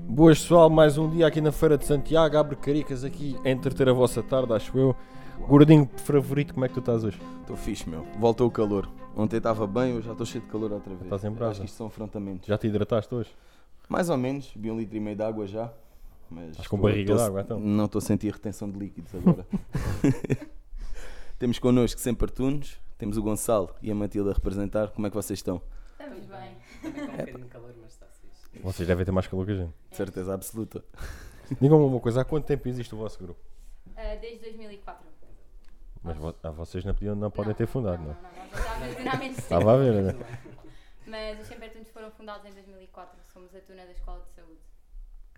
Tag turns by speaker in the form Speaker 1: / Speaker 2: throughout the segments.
Speaker 1: Boas pessoal, mais um dia aqui na Feira de Santiago, abre caricas aqui a entreter a vossa tarde, acho eu. Gordinho favorito, como é que tu estás hoje?
Speaker 2: Estou fixe, meu. Voltou o calor. Ontem estava bem, hoje já estou cheio de calor outra vez.
Speaker 1: Estás em Tá brasa.
Speaker 2: Acho que isto são afrontamentos.
Speaker 1: Já te hidrataste hoje?
Speaker 2: Mais ou menos, bebi um litro e meio de água já. Mas
Speaker 1: Estás com
Speaker 2: estou-
Speaker 1: barriga
Speaker 2: estou-
Speaker 1: de água, então?
Speaker 2: Não estou a sentir retenção de líquidos agora. temos connosco sempre Tunes, temos o Gonçalo e a Matilda a representar. Como é que vocês estão?
Speaker 3: Estamos bem.
Speaker 4: Também está um bocadinho de calor, mas está fixe.
Speaker 1: Vocês devem ter mais calor que a gente.
Speaker 2: De certeza absoluta.
Speaker 1: Digam-me uma coisa, há quanto tempo existe o vosso grupo?
Speaker 3: Ah, desde 2004.
Speaker 1: Mas vo- ah, vocês não, podiam, não podem ter fundado, não? é?
Speaker 3: Não, não, não. Estávamos a menos tempo.
Speaker 1: Estava a ver, né?
Speaker 3: Mas os Sempertunes foram fundados em 2004. Somos a Tuna da Escola de Saúde.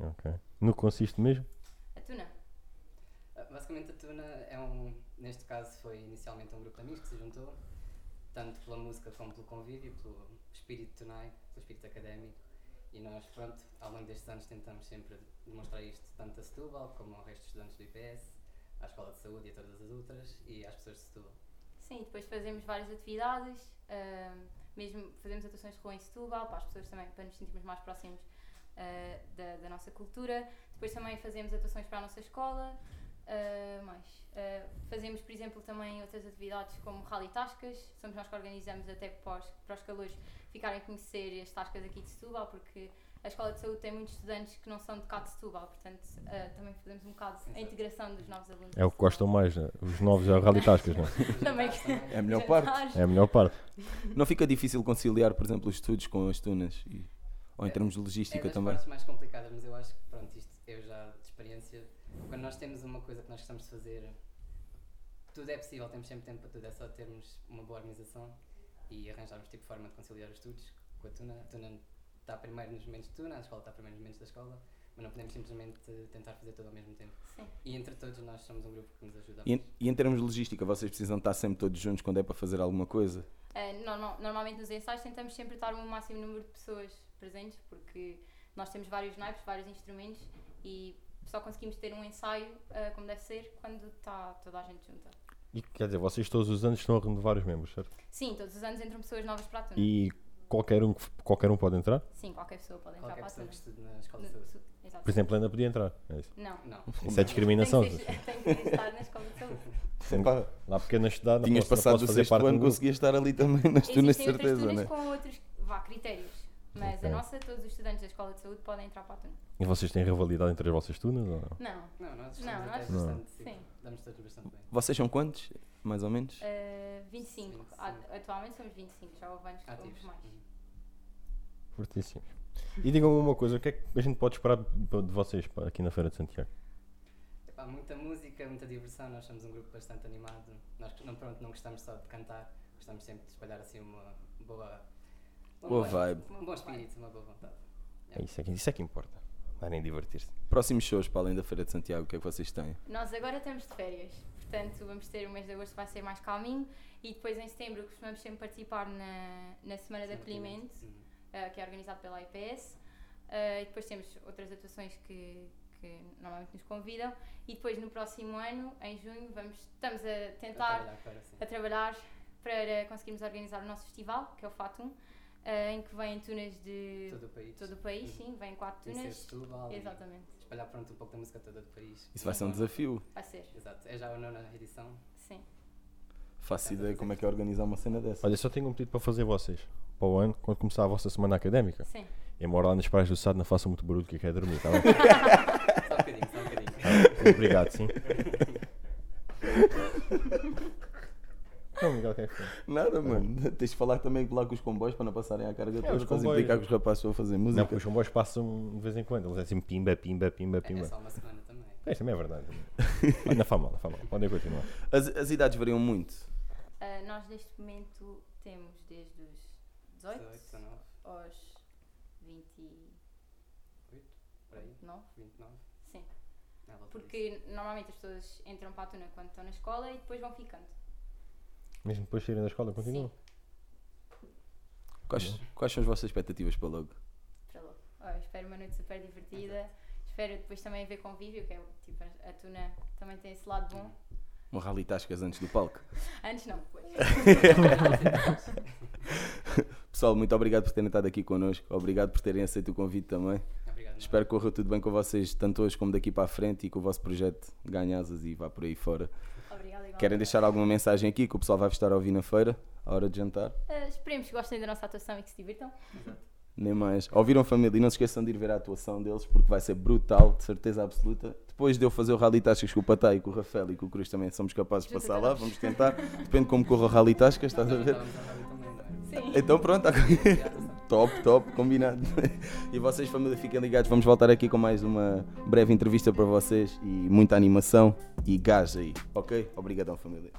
Speaker 1: Ok. No que consiste mesmo?
Speaker 3: A Tuna?
Speaker 4: Ah, Basicamente, a Tuna é um. Neste caso, foi inicialmente um grupo de amigos que se juntou, tanto pela música como pelo convívio, pelo espírito tunai, pelo espírito académico. E nós, pronto, ao longo destes anos tentamos sempre demonstrar isto tanto a Setúbal como ao resto dos estudantes do IPS, à Escola de Saúde e a todas as outras, e às pessoas de Setúbal.
Speaker 3: Sim, depois fazemos várias atividades. ah, mesmo fazemos atuações de rua em Setúbal, para as pessoas também, para nos sentirmos mais próximos ah, da, da nossa cultura. Depois também fazemos atuações para a nossa escola. ah, mais. Ah, fazemos, por exemplo, também outras atividades como Rally Tascas. Somos nós que organizamos até para os, para os calores ficarem a conhecer as tascas aqui de Setúbal, porque a Escola de Saúde tem muitos estudantes que não são de cá de Setúbal, portanto ah, também fazemos um bocado a integração dos novos alunos.
Speaker 1: É o que gostam mais, né? os novos é o Rally Tascas, não é?
Speaker 3: Também
Speaker 2: É a melhor parte.
Speaker 1: É a melhor parte.
Speaker 2: Não fica difícil conciliar, por exemplo, os estudos com as tunas? E- Ou em termos de
Speaker 4: É
Speaker 2: logística
Speaker 4: das
Speaker 2: também?
Speaker 4: partes mais complicadas, mas eu acho que, pronto, isto eu já de experiência, quando nós temos uma coisa que nós gostamos de fazer, tudo é possível, temos sempre tempo para tudo, é só termos uma boa organização e arranjarmos tipo forma de conciliar os estudos com a Tuna. A Tuna está primeiro nos momentos de Tuna, a escola está primeiro nos momentos da escola, mas não podemos simplesmente tentar fazer tudo ao mesmo tempo.
Speaker 3: Sim.
Speaker 4: E entre todos nós somos um grupo que nos ajuda.
Speaker 2: E em, e em termos de logística, vocês precisam estar sempre todos juntos quando é para fazer alguma coisa?
Speaker 3: Eh, normal- normalmente nos ensaios tentamos sempre estar o máximo número de pessoas presentes, porque nós temos vários naipes, vários instrumentos e só conseguimos ter um ensaio eh, como deve ser quando está toda a gente junta.
Speaker 1: E quer dizer, vocês todos os anos estão a renovar os membros, certo?
Speaker 3: Sim, todos os anos entram pessoas novas para a tuna.
Speaker 1: E qualquer um, que- qualquer um pode entrar?
Speaker 3: Sim, qualquer pessoa pode entrar
Speaker 4: Qualquer
Speaker 3: para a
Speaker 4: pessoa
Speaker 3: tuna.
Speaker 4: que estude na escola de
Speaker 3: No-
Speaker 4: saúde.
Speaker 3: su- exato.
Speaker 1: Por exemplo, ainda podia entrar. É isso.
Speaker 3: Não.
Speaker 4: Não.
Speaker 1: Isso é discriminação.
Speaker 3: Tem que, ser- tem que ser estar na escola de saúde.
Speaker 2: Pá,
Speaker 1: Lá pequena estudada, não
Speaker 2: Tinhas
Speaker 1: posso, não
Speaker 2: passado
Speaker 1: posso
Speaker 2: o
Speaker 1: fazer
Speaker 2: sexto
Speaker 1: parte de um
Speaker 2: ano,
Speaker 1: grupo.
Speaker 2: conseguias estar ali também nas tunas,
Speaker 3: Existem outras
Speaker 2: certeza,
Speaker 3: tunas
Speaker 2: não é?
Speaker 3: com outros vá, critérios, mas
Speaker 1: né? Ok.
Speaker 3: a nossa, todos os estudantes da escola de saúde podem entrar para a tuna.
Speaker 1: E vocês têm rivalidade entre as vossas tunas? Ou... não?
Speaker 3: Não.
Speaker 4: Não, nós
Speaker 3: Não,
Speaker 4: estamos até
Speaker 3: nós-
Speaker 1: Não.
Speaker 4: bastante. tipo,
Speaker 3: Sim.
Speaker 4: Damos todos bastante bem.
Speaker 2: Vocês são quantos, mais ou menos?
Speaker 3: Eh, 25.
Speaker 4: 25.
Speaker 3: At- Atualmente somos 25, já houve anos que somos
Speaker 4: Ativos. Uhum.
Speaker 3: mais.
Speaker 1: Fortíssimo. E digam-me uma coisa, o que é que a gente pode esperar de de vocês pá, aqui na Feira de Santiago?
Speaker 4: Epá, muita música, muita diversão, nós somos um grupo bastante animado. Nós não, pronto, não gostamos só de cantar, gostamos sempre de espalhar assim uma boa. uma
Speaker 2: Boa vibe.
Speaker 4: Um bom espírito, uma boa vontade.
Speaker 1: É isso, é que, isso é que importa. Darem divertir-se.
Speaker 2: Próximos shows para além da Feira de Santiago, o que é que vocês têm?
Speaker 3: Nós agora estamos de férias, portanto vamos ter o mês de agosto vai ser mais calminho e depois em setembro costumamos sempre participar na, na Semana de Acolhimento,
Speaker 4: Uhum.
Speaker 3: eh, que é organizado pela IPS. eh, e depois temos outras atuações que, que normalmente nos convidam. E depois no próximo ano, em junho, vamos, estamos a tentar
Speaker 4: Trabalhar agora, sim.
Speaker 3: a trabalhar para conseguirmos organizar o nosso festival, que é o Fatum, eh, em que vêm tunas de
Speaker 4: Todo o país.
Speaker 3: todo o país, sim, vêm quatro
Speaker 4: Conhecer
Speaker 3: tunas.
Speaker 4: Setúbal e
Speaker 3: Exatamente,
Speaker 4: Espalhar pronto um pouco da música toda do país.
Speaker 2: Isso vai ser um desafio.
Speaker 3: vai ser,
Speaker 4: Exato, é já a nona edição.
Speaker 3: sim.
Speaker 2: Faço ideia como é que é organizar uma cena dessa.
Speaker 1: Olha, só tenho um pedido para fazer vocês. Para o ano, quando começar a vossa semana académica.
Speaker 3: Sim.
Speaker 1: Eu moro lá nas praias do Sado, não façam muito barulho que eu quero dormir, tá bem? Tá
Speaker 4: Só um bocadinho, só um bocadinho.
Speaker 1: Obrigado, sim. Não, Miguel, o que é que foi?
Speaker 2: Nada, mano. Tens de falar também lá com os comboios para não passarem à carga toda.
Speaker 1: os
Speaker 2: Estás a
Speaker 1: comboios.
Speaker 2: implicar com os rapazes para fazer
Speaker 1: Não,
Speaker 2: música.
Speaker 1: porque os comboios passam de vez em quando. Eles é assim pimba, pimba, pimba,
Speaker 4: É, é
Speaker 1: pimba.
Speaker 4: só uma semana também.
Speaker 1: Isto também é verdade. Ah, Não faz mal, não faz mal. Podem continuar.
Speaker 2: As, as idades variam muito.
Speaker 3: Ah, nós neste momento temos desde os 18
Speaker 4: 19,
Speaker 3: aos 29,
Speaker 4: 8, por aí, 29.
Speaker 3: sim.
Speaker 4: é à volta disso.
Speaker 3: Porque normalmente as pessoas entram para a tuna quando estão na escola e depois vão ficando.
Speaker 1: Mesmo depois de saírem da escola, continuam.
Speaker 3: Sim,
Speaker 2: Quais, quais são as vossas expectativas para logo?
Speaker 3: para logo. Olha, espero uma noite super divertida. Espero depois também haver convívio, que é o- tipo, a a tuna também tem esse lado bom.
Speaker 2: Um rally tascas antes do palco.
Speaker 3: Antes não, depois.
Speaker 2: Pessoal, muito obrigado por terem estado aqui connosco. Obrigado por terem aceito o convite também.
Speaker 4: Obrigado. não.
Speaker 2: Espero que corra tudo bem com vocês, tanto hoje como daqui para a frente e que o vosso projeto ganhe asas e vá por aí fora.
Speaker 3: Obrigada, igual.
Speaker 2: Querem deixar alguma mensagem aqui que o pessoal vai estar a ouvir na feira, à hora de jantar?
Speaker 3: Eh, esperemos que gostem da nossa atuação e que se divirtam.
Speaker 2: Nem mais. Ouviram família? E não se esqueçam de ir ver a atuação deles porque vai ser brutal, de certeza absoluta. Depois de eu fazer o Rally Tascas com o Patay, com o Rafael e com o Cruz também somos capazes de
Speaker 3: Juntos
Speaker 2: passar lá,
Speaker 3: acabamos.
Speaker 2: vamos tentar. Depende de como corra o Rally Tascas, estás a ver?
Speaker 4: Estávamos a falar também, não é?
Speaker 3: Sim.
Speaker 2: Então pronto, top, top, combinado. E vocês, família, fiquem ligados. Vamos voltar aqui com mais uma breve entrevista para vocês e muita animação e gás aí, ok? Obrigadão, família.